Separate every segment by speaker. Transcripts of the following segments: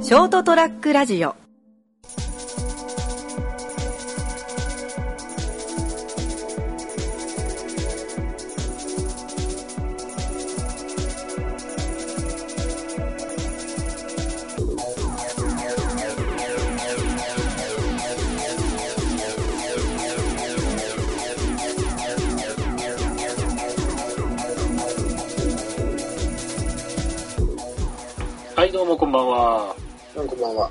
Speaker 1: ショートトラックラジオ
Speaker 2: はいどうもこんばんは
Speaker 3: こんばんは。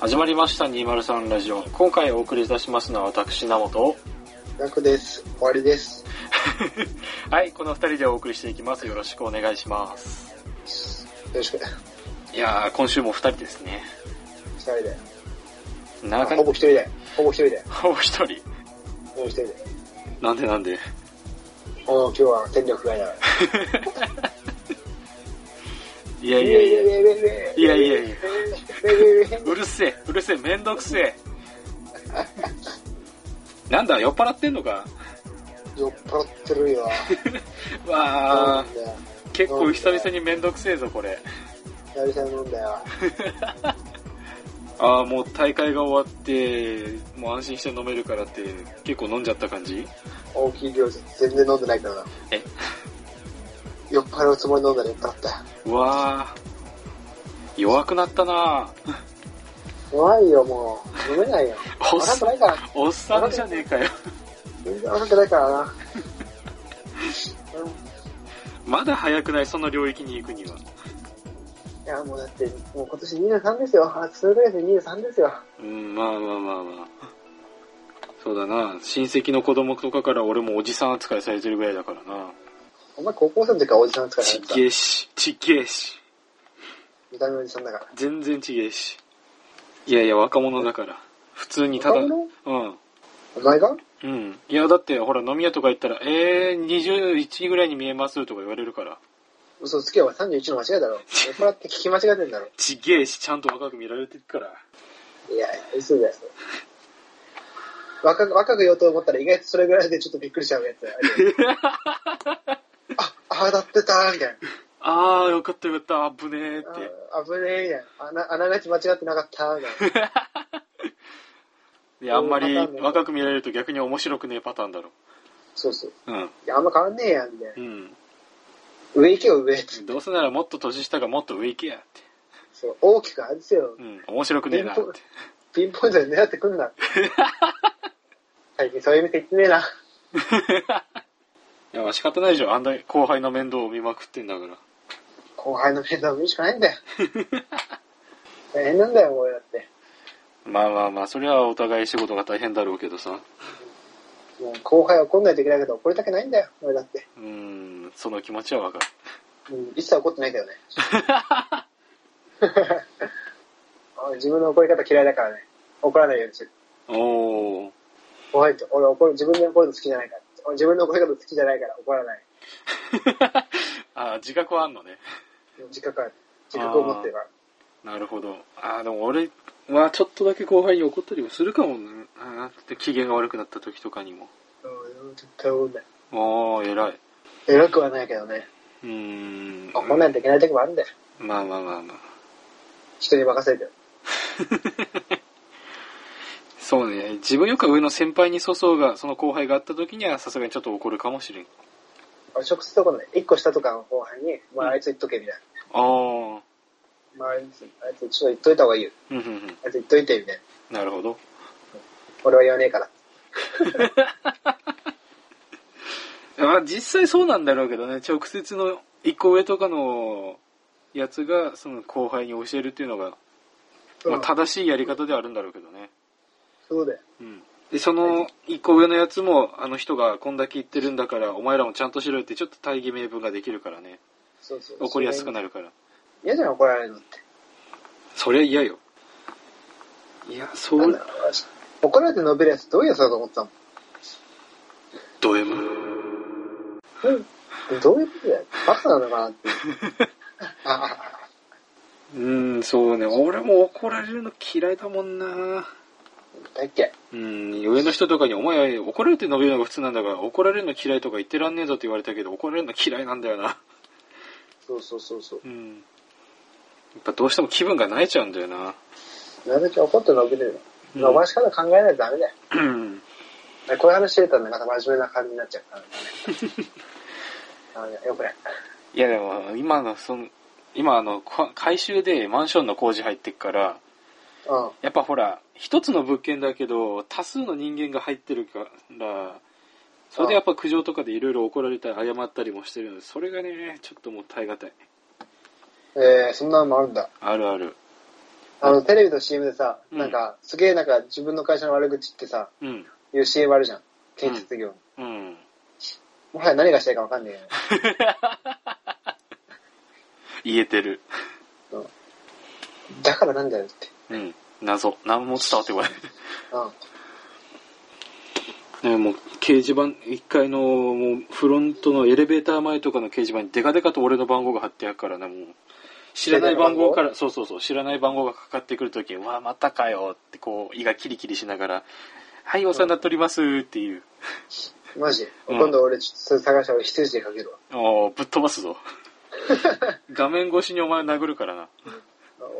Speaker 2: 始まりました203ラジオ今回お送りいたしますのは私名本
Speaker 3: 楽です。終わりです。
Speaker 2: はいこの2人でお送りしていきますよろしくお願いします
Speaker 3: よろしく。
Speaker 2: いやー今週も2人ですね
Speaker 3: 二人で。
Speaker 2: なかな
Speaker 3: ほぼ
Speaker 2: か
Speaker 3: 一人で。ほぼ一人で。
Speaker 2: お一人
Speaker 3: ほぼ一人で。
Speaker 2: なんでなんで
Speaker 3: お今日は戦力外だ。
Speaker 2: いや
Speaker 3: い
Speaker 2: いやいや
Speaker 3: やい
Speaker 2: い
Speaker 3: や
Speaker 2: やいやいや
Speaker 3: や。
Speaker 2: うるせえうるせえめんどく せえなんだ酔っ払ってんのか
Speaker 3: 酔っ払ってるよ。
Speaker 2: わあ
Speaker 3: 飲んだよ
Speaker 2: 結構久々にめんどくせえぞこれ
Speaker 3: 久々に飲んだよ。
Speaker 2: ああもう大会が終わってもう安心して飲めるからって結構飲んじゃった感じ
Speaker 3: 大きい量じゃ全然飲んでないからな。
Speaker 2: え
Speaker 3: 酔っ払うつもりで飲んだら酔っ払った。
Speaker 2: うわあ弱くなったな
Speaker 3: 怖いよ、もう。飲めないよ。
Speaker 2: おっ
Speaker 3: 分かって
Speaker 2: さん
Speaker 3: ないから。
Speaker 2: おっさんじゃねえかよ
Speaker 3: 全然分かってないからな。うん
Speaker 2: まだ早くないその領域に行くにはい
Speaker 3: や、もうだって、もう今年23ですよ。あ、数ヶ月で23ですよ。
Speaker 2: うんまあまあまあまあそうだな親戚の子供とかから俺もおじさん扱いされてるぐらいだからな
Speaker 3: お前高校生の時からおじさん使
Speaker 2: ち
Speaker 3: から
Speaker 2: げえしちげえし
Speaker 3: 見た目のおじさんだから。
Speaker 2: 全然ちげえしいやいや若者だから普通にただ
Speaker 3: 若者
Speaker 2: うん
Speaker 3: お前が
Speaker 2: うん。いや、だって、ほら、飲み屋とか行ったら、えー、21ぐらいに見えますとか言われるから。
Speaker 3: 嘘つけよ、お前31の間違いだろ。酔っ払って聞き間違えてんだろ。
Speaker 2: ちげえし、ちゃんと若く見られてるから。
Speaker 3: いや、嘘だよ。若く、若く言おうと思ったら意外とそれぐらいでちょっとびっくりしちゃうやつ。あ、あ、だってたー、みたいな。
Speaker 2: あー、よかったよかった、危ねえって。
Speaker 3: あ危ねえ、みたいな。あな、あながち間違ってなかったー、みたいな。
Speaker 2: で、あんまり
Speaker 3: わかんない
Speaker 2: 若く見られると逆に面白くねえパターンだろ。
Speaker 3: そうそう。
Speaker 2: うん。
Speaker 3: いや、あんま変わんねえやん、みたいな
Speaker 2: う。ん。
Speaker 3: 上行けよ、上って。
Speaker 2: どうせならもっと年下がもっと上行けやって。
Speaker 3: そう、大きく外せよ
Speaker 2: う。ん。面白くねえなって。
Speaker 3: ピンポイントで狙ってくんな。最近そういう店行ってねえな。
Speaker 2: いや、まあ仕方ないでしょ。あんだけ後輩の面倒を見まくってんだから。
Speaker 3: 後輩の面倒見るしかないんだよ。大変なんだよ、俺だって。
Speaker 2: まあまあまあ、それはお互い仕事が大変だろうけどさ。
Speaker 3: もう後輩怒んないといけないけど、怒りたくないんだよ、俺だって。
Speaker 2: うん、その気持ちはわかる。
Speaker 3: うん、一切怒ってないけどね。 俺自分の怒り方嫌いだからね。怒らないようにする。
Speaker 2: おー。
Speaker 3: 後輩って、俺怒る、自分で怒るの好きじゃないから。俺自分の怒り方好きじゃないから怒らない。
Speaker 2: あー自覚はあんのね。
Speaker 3: 自覚ある。自覚を持ってるから。
Speaker 2: なるほど。あーでも俺はちょっとだけ後輩に怒ったりもするかもね。あーって機嫌が悪くなった時とかにも。
Speaker 3: うん、絶対怒んない。
Speaker 2: おー、偉い。
Speaker 3: 偉くはないけどね。
Speaker 2: うーん。
Speaker 3: 怒んないといけない時もあるんだよ。
Speaker 2: まあまあまあまあ。
Speaker 3: 人に任せてる。
Speaker 2: そうね。自分よりか上の先輩に粗相が、その後輩があった時にはさすがにちょっと怒るかもしれん。
Speaker 3: 俺直接怒んない。一個下とかの後輩に、まああいつ言っとけ、みたいな。
Speaker 2: あー。
Speaker 3: まあ、あいつ、あいつちょっと言っといた方がいいよ。
Speaker 2: うんうんうん。
Speaker 3: あいつ言っといて、みたいな。
Speaker 2: なるほど。
Speaker 3: 俺は言わねえから。
Speaker 2: まあ実際そうなんだろうけどね。直接の一個上とかのやつが、その後輩に教えるっていうのが、まあ、正しいやり方ではあるんだろうけどね。
Speaker 3: そうだよ。
Speaker 2: うん、でその一個上のやつもあの人がこんだけ言ってるんだからお前らもちゃんとしろよってちょっと大義名分ができるからね
Speaker 3: そうそう。
Speaker 2: 怒りやすく
Speaker 3: い。
Speaker 2: なるから
Speaker 3: 嫌じゃん、怒られるのって。
Speaker 2: そりゃ嫌よいやそ
Speaker 3: なん
Speaker 2: う
Speaker 3: だろう怒られて伸びるやつどういうやつだと思って たも
Speaker 2: ド M
Speaker 3: ん。どういうことだよ。バカなのかな って。あああ
Speaker 2: うんそうね俺も怒られるの嫌いだもんな
Speaker 3: だっけ。
Speaker 2: うん上の人とかに「お前怒られて伸びるのが普通なんだから怒られるの嫌いとか言ってらんねえぞ」って言われたけど怒られるの嫌いなんだよな
Speaker 3: そうそうそうそう。
Speaker 2: うんっぱどうしても気分が慣れちゃうんだよな。
Speaker 3: なるべき怒って伸びるよ。
Speaker 2: うん
Speaker 3: 伸ばし方考えないとダメだよ。
Speaker 2: うん。
Speaker 3: こういう話してたらなんか真面目な感じになっちゃう からね。あのよくない。
Speaker 2: いやでも、今の、その、今あの、こ改修でマンションの工事入ってっから、
Speaker 3: うん。
Speaker 2: やっぱほら、一つの物件だけど、多数の人間が入ってるから、それでやっぱ苦情とかでいろいろ怒られたり謝ったりもしてるので、それがね、ちょっともったいがたい。
Speaker 3: えー、そんなのもあるんだ。
Speaker 2: あるある。
Speaker 3: あの、テレビと CM でさ、
Speaker 2: うん
Speaker 3: なんか、すげえなんか自分の会社の悪口ってさ、
Speaker 2: うん。
Speaker 3: いう CM あるじゃん。建設業の。
Speaker 2: うん。
Speaker 3: もはや何がしたいかわかんねえよね。
Speaker 2: 言えてる。
Speaker 3: うんだからなんだよって。
Speaker 2: うん。謎。何も伝わってこない。
Speaker 3: うん。
Speaker 2: ね、もう掲示板1階のもうフロントのエレベーター前とかの掲示板にデカデカと俺の番号が貼ってあるからねもう知らない番号からそうそうそう知らない番号がかかってくるとき「うわまたかよ」ってこう胃がキリキリしながら「はいお世話になっております」っていう
Speaker 3: マジ、
Speaker 2: うん
Speaker 3: 今度俺ちょっとそれ探したら俺羊でかけるわ。
Speaker 2: おーぶっ飛ばす ぞ画面越しにお前殴るからな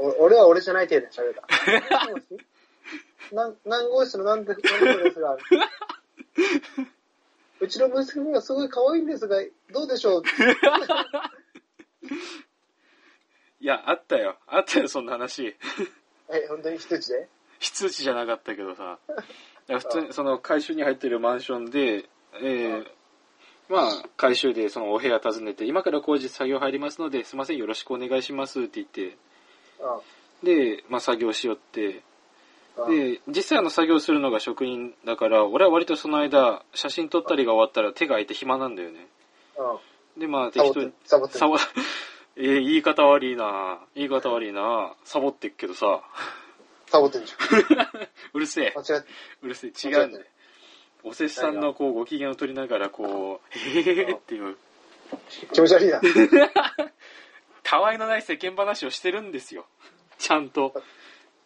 Speaker 3: お俺は俺じゃない程度に喋った。何何号室の何です何号ですが、うちの娘がすごい可愛いんですが、どうでしょう
Speaker 2: いやあったよあったよそんな話
Speaker 3: え、本当に羊で
Speaker 2: 非通知じゃなかったけどさいや普通にその改修に入ってるマンションで、えーまあ改修でそのお部屋訪ねて「今から工事作業入りますのですいませんよろしくお願いします」って言ってで、まあ、作業しよって
Speaker 3: うん。うん。
Speaker 2: で実際あの作業するのが職員だから俺は割とその間写真撮ったりが終わったら手が空いて暇なんだよねでまあ
Speaker 3: サ
Speaker 2: 適
Speaker 3: ボっ
Speaker 2: 当
Speaker 3: て
Speaker 2: に
Speaker 3: る。サボって
Speaker 2: サ
Speaker 3: る。
Speaker 2: ボ えー言い方悪いな言い方悪いなサボってっけどさ
Speaker 3: サボってるじ
Speaker 2: うるせえ
Speaker 3: ゃん。間違って。
Speaker 2: うるせえ違うんだよおせっさんのこうご機嫌を取りながらこう「へへへ」っていう
Speaker 3: 気持ち悪いな。
Speaker 2: たわいのない世間話をしてるんですよ ちゃんと、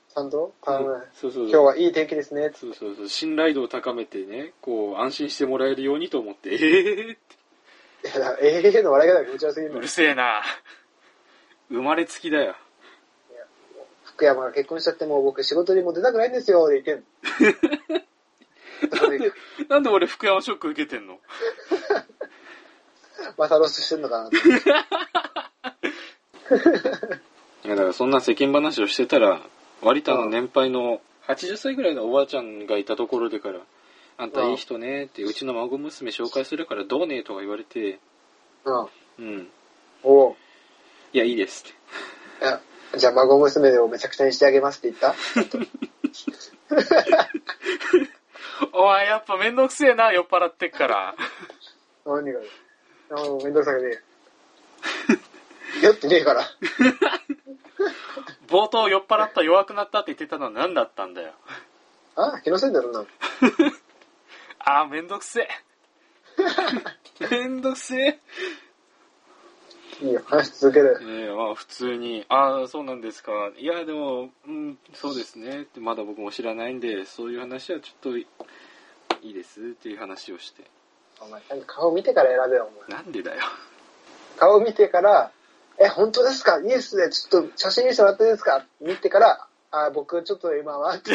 Speaker 3: ちゃんとあのね
Speaker 2: そうそう
Speaker 3: 今日
Speaker 2: そう
Speaker 3: はいい天気ですね。
Speaker 2: そうそうそう信頼度を高めてねこう安心してもらえるようにと思って「ええって
Speaker 3: いや、だからええの笑い方が気持ち悪すぎる
Speaker 2: う
Speaker 3: の
Speaker 2: る。せえな生まれつきだよ
Speaker 3: 福山が結婚しちゃってもう僕仕事にも出たくないんですよって言 ってんの。それで
Speaker 2: なんで俺福山ショック受けてんの
Speaker 3: またロスしてんのかなって。
Speaker 2: いやだからそんな世間話をしてたら割とあの年配の80歳ぐらいのおばあちゃんがいたところでから「あんたいい人ね」って「うちの孫娘紹介するからどうね」とか言われて
Speaker 3: うん。
Speaker 2: うん。
Speaker 3: おう
Speaker 2: いや、いいですって。
Speaker 3: いやじゃあ孫娘をめちゃくちゃにしてあげますって言った
Speaker 2: お前やっぱめんどくせえな、酔っ払ってっ から。
Speaker 3: 何があもうめんどくさくね え。酔ってねえから。
Speaker 2: 冒頭酔っ払った弱くなったって言ってたのは何だったんだよ。
Speaker 3: あ気のせいだろな。
Speaker 2: あーめんどくせえ。 めんどくせえ。
Speaker 3: いいよ、話続ける。
Speaker 2: ねえ、まあ普通に、ああ、そうなんですか。いや、でも、うん、そうですね。ってまだ僕も知らないんで、そういう話はちょっといいですっていう話をして。
Speaker 3: お前、ちゃんと顔見てから選べよ、お前。
Speaker 2: なんでだよ。
Speaker 3: 顔見てから、え、本当ですかいいっすね。ちょっと写真見せてもらっていいですか見てから、あ、僕ちょっと今は、 って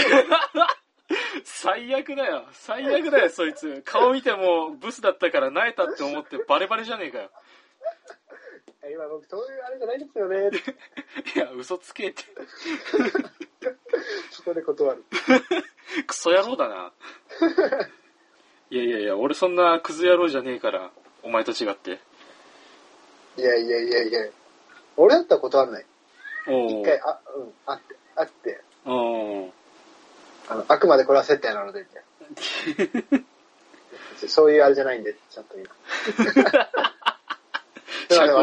Speaker 2: 最悪だよ。最悪だよ、そいつ。顔見てもブスだったから泣いたって思ってバレバレじゃねえかよ。
Speaker 3: 今僕そういうあれじゃないんですよね。
Speaker 2: いや、嘘つけって。
Speaker 3: そこで断る。
Speaker 2: クソ野郎だな。いやいやいや、俺そんなクズ野郎じゃねえから、お前と違って。
Speaker 3: いやいやいやいや。俺だったら断らない。
Speaker 2: お
Speaker 3: 一
Speaker 2: う
Speaker 3: 回、あ、うん、あって、あって、
Speaker 2: おう
Speaker 3: あの、あくまでこれは接待なので、みたいなそういうあれじゃないんで、ちゃんと言う。
Speaker 2: 社交
Speaker 3: わざわざ来ても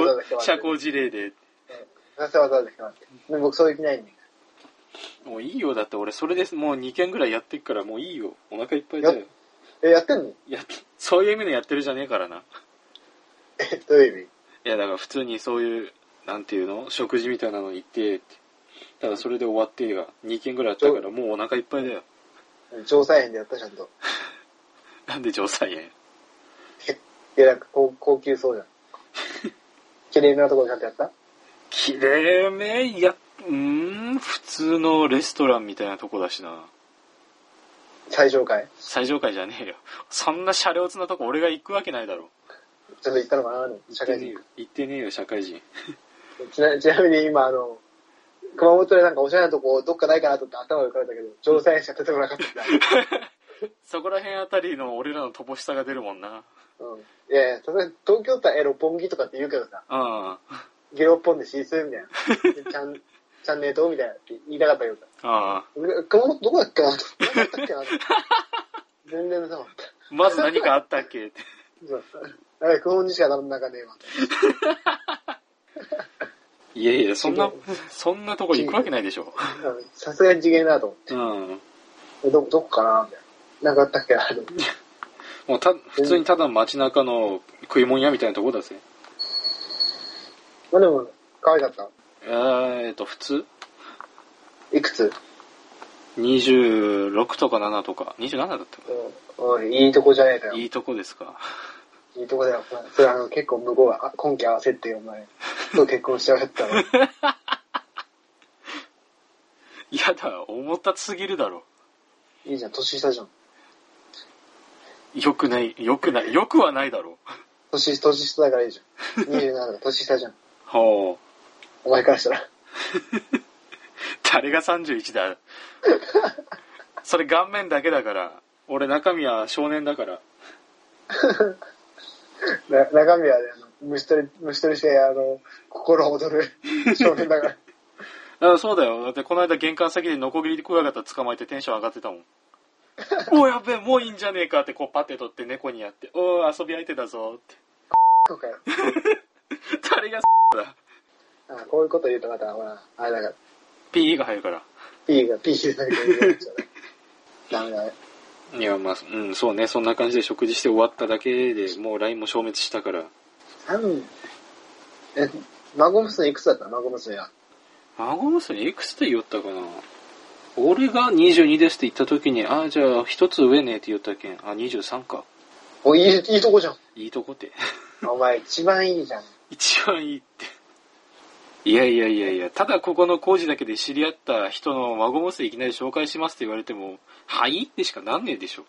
Speaker 3: らって
Speaker 2: 社交辞令で。
Speaker 3: わざわざ来てもらって。でも僕そういう気ないんで。
Speaker 2: もういいよ、だって俺それです。もう2件ぐらいやってっから、もういいよ。お腹いっぱいだよ
Speaker 3: よ。え、やってんの
Speaker 2: やっそういう意味のやってるじゃねえからな。
Speaker 3: え、どういう意味
Speaker 2: いや、だから普通にそういう、なんていうの食事みたいなの行って、ってただそれで終わってが、2件ぐらいやったから、もうお腹いっぱいだよ。
Speaker 3: 調査員でやった、ちゃんと。
Speaker 2: なんで城西園
Speaker 3: いや、なんか高高級そうじゃん。綺麗なところちゃんとやった
Speaker 2: きれいめいやうーん普通のレストランみたいなとこだしな
Speaker 3: 最上階。
Speaker 2: 最上階じゃねえよそんなシャレオツなとこ俺が行くわけないだろ
Speaker 3: ちょっと行ったのかなあの社会人。
Speaker 2: 行ってねえよ社会人
Speaker 3: ちなちなみに今、あの、熊本でなんかおしゃれなとこどっかないかなと思って頭が浮かれたけど、乗船しか出てこなかったんだ。
Speaker 2: そこら辺あたりの俺らの乏しさが出るもんな
Speaker 3: うん。いやいや、さすがに東京ってえ六本木とかって言うけどさ、
Speaker 2: ああ
Speaker 3: ゲロッポンでシースーみた いな。でちゃん、チャンネルとみたいなって言いたかったけどさ、
Speaker 2: ああ
Speaker 3: 俺熊本どこだっけなと。何だったっけな と。全然なかった。
Speaker 2: まず何かあったっけって
Speaker 3: そう。あれ、熊本にしかなんかねえわ。
Speaker 2: いやいやそんなそんなとこ行くわけないでしょ
Speaker 3: うんさすがに次元だなと思って
Speaker 2: うん
Speaker 3: え。ど、どこかなみたいな。なんかあったっけなと思って。
Speaker 2: もうた普通にただの街中の食い物屋みたいなとこだぜ
Speaker 3: まあでも、可愛かった。
Speaker 2: えーっと普通
Speaker 3: いくつ
Speaker 2: 26とか7とか27だったか
Speaker 3: うんうん、いいとこじゃねえかよ。
Speaker 2: いいとこですか
Speaker 3: いいとこだよ、お前。それあの、結構向こうは、あ今期合わせってよ、お前。と結婚しちゃうやったの。
Speaker 2: やだ思ったすぎるだろ
Speaker 3: いいじゃん、年下じゃん。
Speaker 2: よくないよくないよくはないだろ
Speaker 3: 年、年下だからいいじゃん。27だ、年下じゃん。
Speaker 2: はあ
Speaker 3: お前からしたら。
Speaker 2: 誰が31だそれ顔面だけだから俺中身は少年だから
Speaker 3: な中身はね、あの虫取り、虫取りして、あの、心躍る少年だから。
Speaker 2: あそうだよだってこの間玄関先でノコギリでクワガタ捕まえてテンション上がってたもん おやべえもういいんじゃねえかってこうパテ取って猫にやって「おお遊び相手だぞ」って
Speaker 3: とかよ。
Speaker 2: 誰がだ
Speaker 3: あこういうこと言うとまた、ほら、あれだから、
Speaker 2: P が入るから
Speaker 3: P が、P でなきゃいけないから。ダメだね。
Speaker 2: いやまあうんそうねそんな感じで食事して終わっただけでもう LINE も消滅したから
Speaker 3: うん。え、孫娘いくつだったの孫娘は。
Speaker 2: 孫娘いくつって言ったかな俺が22ですって言った時に、ああ、じゃあ一つ上ねって言ったけん。あ、23か。
Speaker 3: お、いい、いいとこじゃん。
Speaker 2: いいとこって。
Speaker 3: お前、一番いいじゃん。
Speaker 2: 一番いいって。いやいやいやいや、ただここの工事だけで知り合った人の孫娘いきなり紹介しますって言われても、はいってしかなんねえでしょ。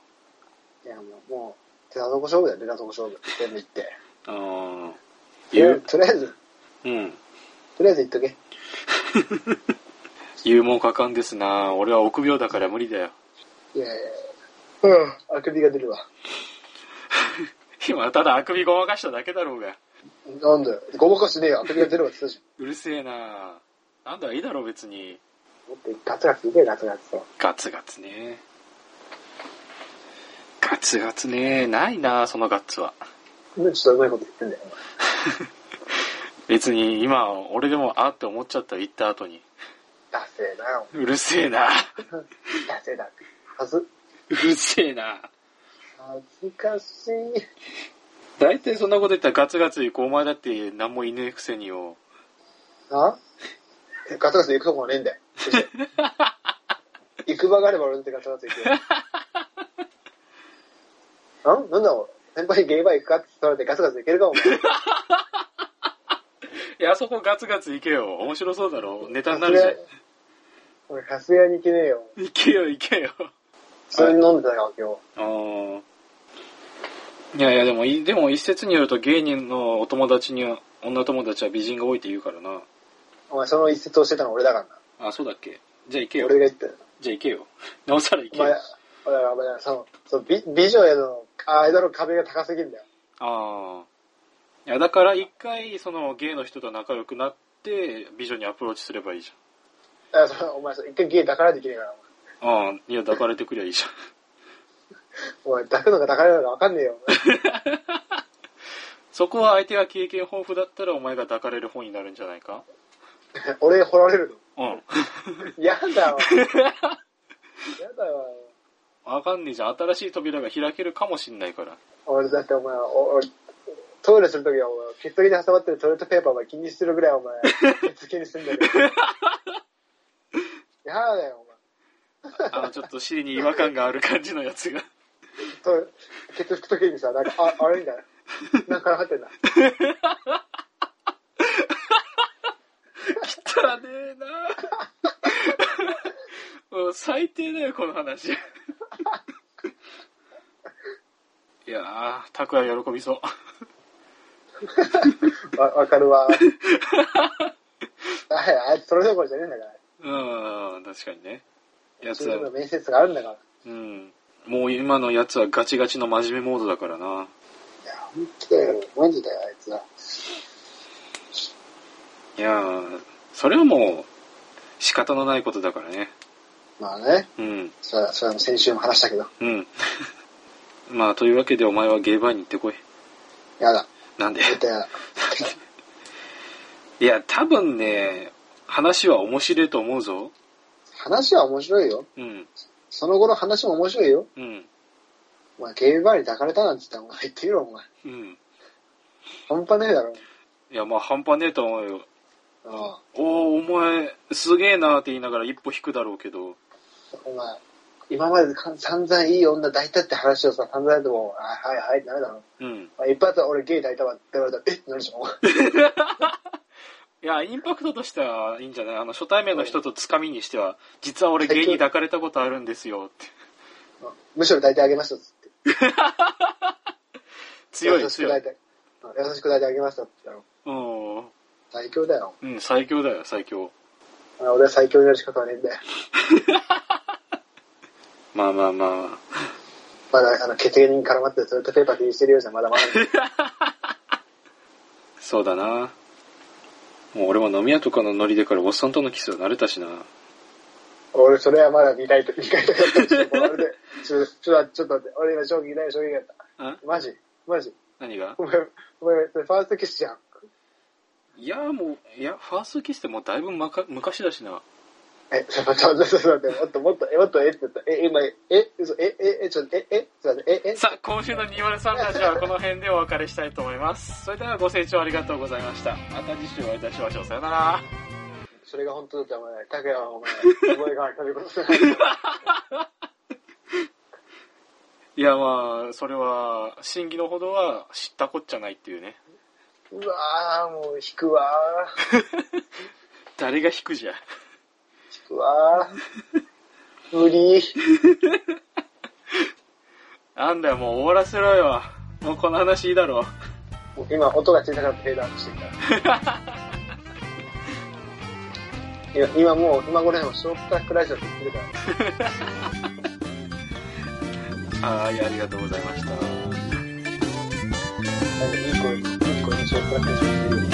Speaker 3: いや、もう、もう、出たとこ勝負だよ、出たとこ勝負。全部行って。
Speaker 2: ああ。
Speaker 3: 言
Speaker 2: 言
Speaker 3: う
Speaker 2: う、
Speaker 3: とりあえず、
Speaker 2: うん。
Speaker 3: とりあえず言っとけ。
Speaker 2: 言うもんかかんですな俺は臆病だから無理だよ。
Speaker 3: いやいやいやうん。あくびが出るわ。
Speaker 2: 今、ただあくびごまかしただけだろうが。
Speaker 3: なんだよ。ごまかしてねえよ。あくびが出るわって言ったじ
Speaker 2: うるせえななんだ、いいだろ別に。
Speaker 3: ゃん。もっとガツガツいけよ、ガツガツと。
Speaker 2: ガツガツね。ガツガツね。ないな、そのガッツは。
Speaker 3: なんでちょっとうまいこと言ってんだよ、
Speaker 2: 別に今、俺でも、あって思っちゃった、言った後に。
Speaker 3: お前。ダセえな、お
Speaker 2: うるせえな。
Speaker 3: 前ダセえだって。はず、
Speaker 2: うるせえな。
Speaker 3: 恥ずかしい。
Speaker 2: 大体そんなこと言ったらガツガツ行こう。お前だって何もいねえくせによ。
Speaker 3: あえガツガツ行くとこはねえ んだよ。そして行く場があれば俺だってガツガツ行くよ。あなんだろう先輩にゲイバー行くかって言われてガツガツ行けるかお前。
Speaker 2: いや、あそこガツガツ行けよ。面白そうだろ。ネタになるじ
Speaker 3: 俺さすがに行けねえよ。
Speaker 2: ゃん。行けよ、行けよ。
Speaker 3: それに飲んでたから今
Speaker 2: あーいやいや、でもい、でも一説によると芸人のお友達には、女友達は美人が多いって言うからな。
Speaker 3: 日。お前その一節をしてたの俺だからな。
Speaker 2: あ、そうだっけじゃあ行けよ。
Speaker 3: 俺が言ったよ。
Speaker 2: じゃあ行けよ。なおさら行
Speaker 3: お
Speaker 2: けよ。
Speaker 3: 前、お前、お前、その、その美美女へのアイドルの壁が高すぎんだよ。
Speaker 2: ああ。いや、だから一回、その、ゲイの人と仲良くなって、美女にアプローチすればいいじ
Speaker 3: だからそのお前その一回ゲイ抱からできねえから
Speaker 2: ゃん。ああ、いや、抱かれてくりゃいい じゃん。
Speaker 3: お前。お前抱くのか抱かれるのかわかんねえよ。お前
Speaker 2: そこは相手が経験豊富だったら、お前が抱かれる方になるんじゃないか
Speaker 3: 俺掘られる
Speaker 2: うん。
Speaker 3: の。やだわ。やだわ。
Speaker 2: わかんねえじゃん。新しい扉が開けるかもしんないから。
Speaker 3: 俺だってお前、お俺トイレするときはお前、血液に挟まってるトイレットペーパーは気にするぐらいお前、血気にすんだけど。やだよ、お前。
Speaker 2: あの、ちょっと尻に違和感がある感じのやつが。
Speaker 3: と血拭くときにさ、なんか、あ、あれみたいな。なんかなってんな。
Speaker 2: 汚ねえな もう最低だよこの 話いやータクは喜びそう
Speaker 3: わわかるわはいあいつそれどころじゃねえんだから
Speaker 2: うん 確かにねや
Speaker 3: そ
Speaker 2: つ
Speaker 3: れぞれ
Speaker 2: は
Speaker 3: の面接があるんだからい
Speaker 2: うんもう今のやつはガチガチの真面目モードだからな
Speaker 3: や本当だよマジだよあいつはい
Speaker 2: やーそれはもう仕方のないことだからね
Speaker 3: まあね
Speaker 2: うん
Speaker 3: それはそれは先週も話したけど
Speaker 2: うん まあというわけでお前はゲーバーに行ってこい
Speaker 3: やだ
Speaker 2: なんで
Speaker 3: 絶対やだ
Speaker 2: いや多分ね話は面白いと思うぞ
Speaker 3: 話は面白いよ
Speaker 2: うん
Speaker 3: その後の話も面白いよ
Speaker 2: うん
Speaker 3: お前ゲームバーに抱かれたなんて言ったらお前言ってみろお前
Speaker 2: うん
Speaker 3: 半端ねえだろ
Speaker 2: いやまあ半端ねえと思うよ
Speaker 3: ああ
Speaker 2: おおお前すげえなーって言いながら一歩引くだろうけど
Speaker 3: お前今までか散々いい女抱いたって話をさ散々やってもあはいはいってなるだろ
Speaker 2: うん
Speaker 3: あ一発俺ゲイ抱いたわって言われたらえってなるじゃんお前
Speaker 2: いやインパクトとしてはいいんじゃないあの初対面の人とつかみにしては実は俺芸に抱かれたことあるんですよって
Speaker 3: むしろ抱いてあげましたっつって
Speaker 2: 強い
Speaker 3: 優しく
Speaker 2: 強
Speaker 3: 抱い
Speaker 2: い
Speaker 3: てうん優しく抱いてあげましたって言ったろ
Speaker 2: うん
Speaker 3: 最強だよ
Speaker 2: うん最強だよ最強
Speaker 3: あ俺は最強になる仕方はねえんだよ
Speaker 2: まあまあまあまあ
Speaker 3: まだあの血縁に絡まってトイレットペーパー気にしてるようじゃまだまだ
Speaker 2: そうだなもう俺も飲み屋とかのノリでからおっさんとのキスは慣れたしな
Speaker 3: 俺それはまだ2回と2回とかやったちょっと俺でちょちょちょっと待って俺今将棋いない将棋やった
Speaker 2: あ
Speaker 3: マジマジ
Speaker 2: 何が
Speaker 3: お前お前それファーストキスじゃん
Speaker 2: いやもういやファーストキスってもうだいぶまか昔だしな
Speaker 3: え、ちょっと待って、ちょっと待って、もっともっと、え、もっと、えって言った。え、今、え、嘘、え、え、え、ちょっと、え、え、ちょっと待って、え、え、
Speaker 2: さあ今週の203ラジオはこの辺でお別れしたいと思いますそれではご清聴ありがとうございましたまた次週お会いいたしましょうさよなら
Speaker 3: それが本当だったらお前、拓也はお前、覚えが悪いことする。
Speaker 2: いやまあそれは真偽のほどは知ったこっちゃないっていうね
Speaker 3: うわぁ、もう、引くわ
Speaker 2: 誰が引くじゃ
Speaker 3: ぁ、引くわぁ。無理。
Speaker 2: なんだよもう終わらせろよもうこの話いいだろ
Speaker 3: もう今、音が小さかったフェードアウトしてるから。今、今もう、今頃でも、ショートタックラジオって言ってるから。
Speaker 2: はいありがとうございました
Speaker 3: なんかいい声、いい声のショートタックラジオって言ってるよ。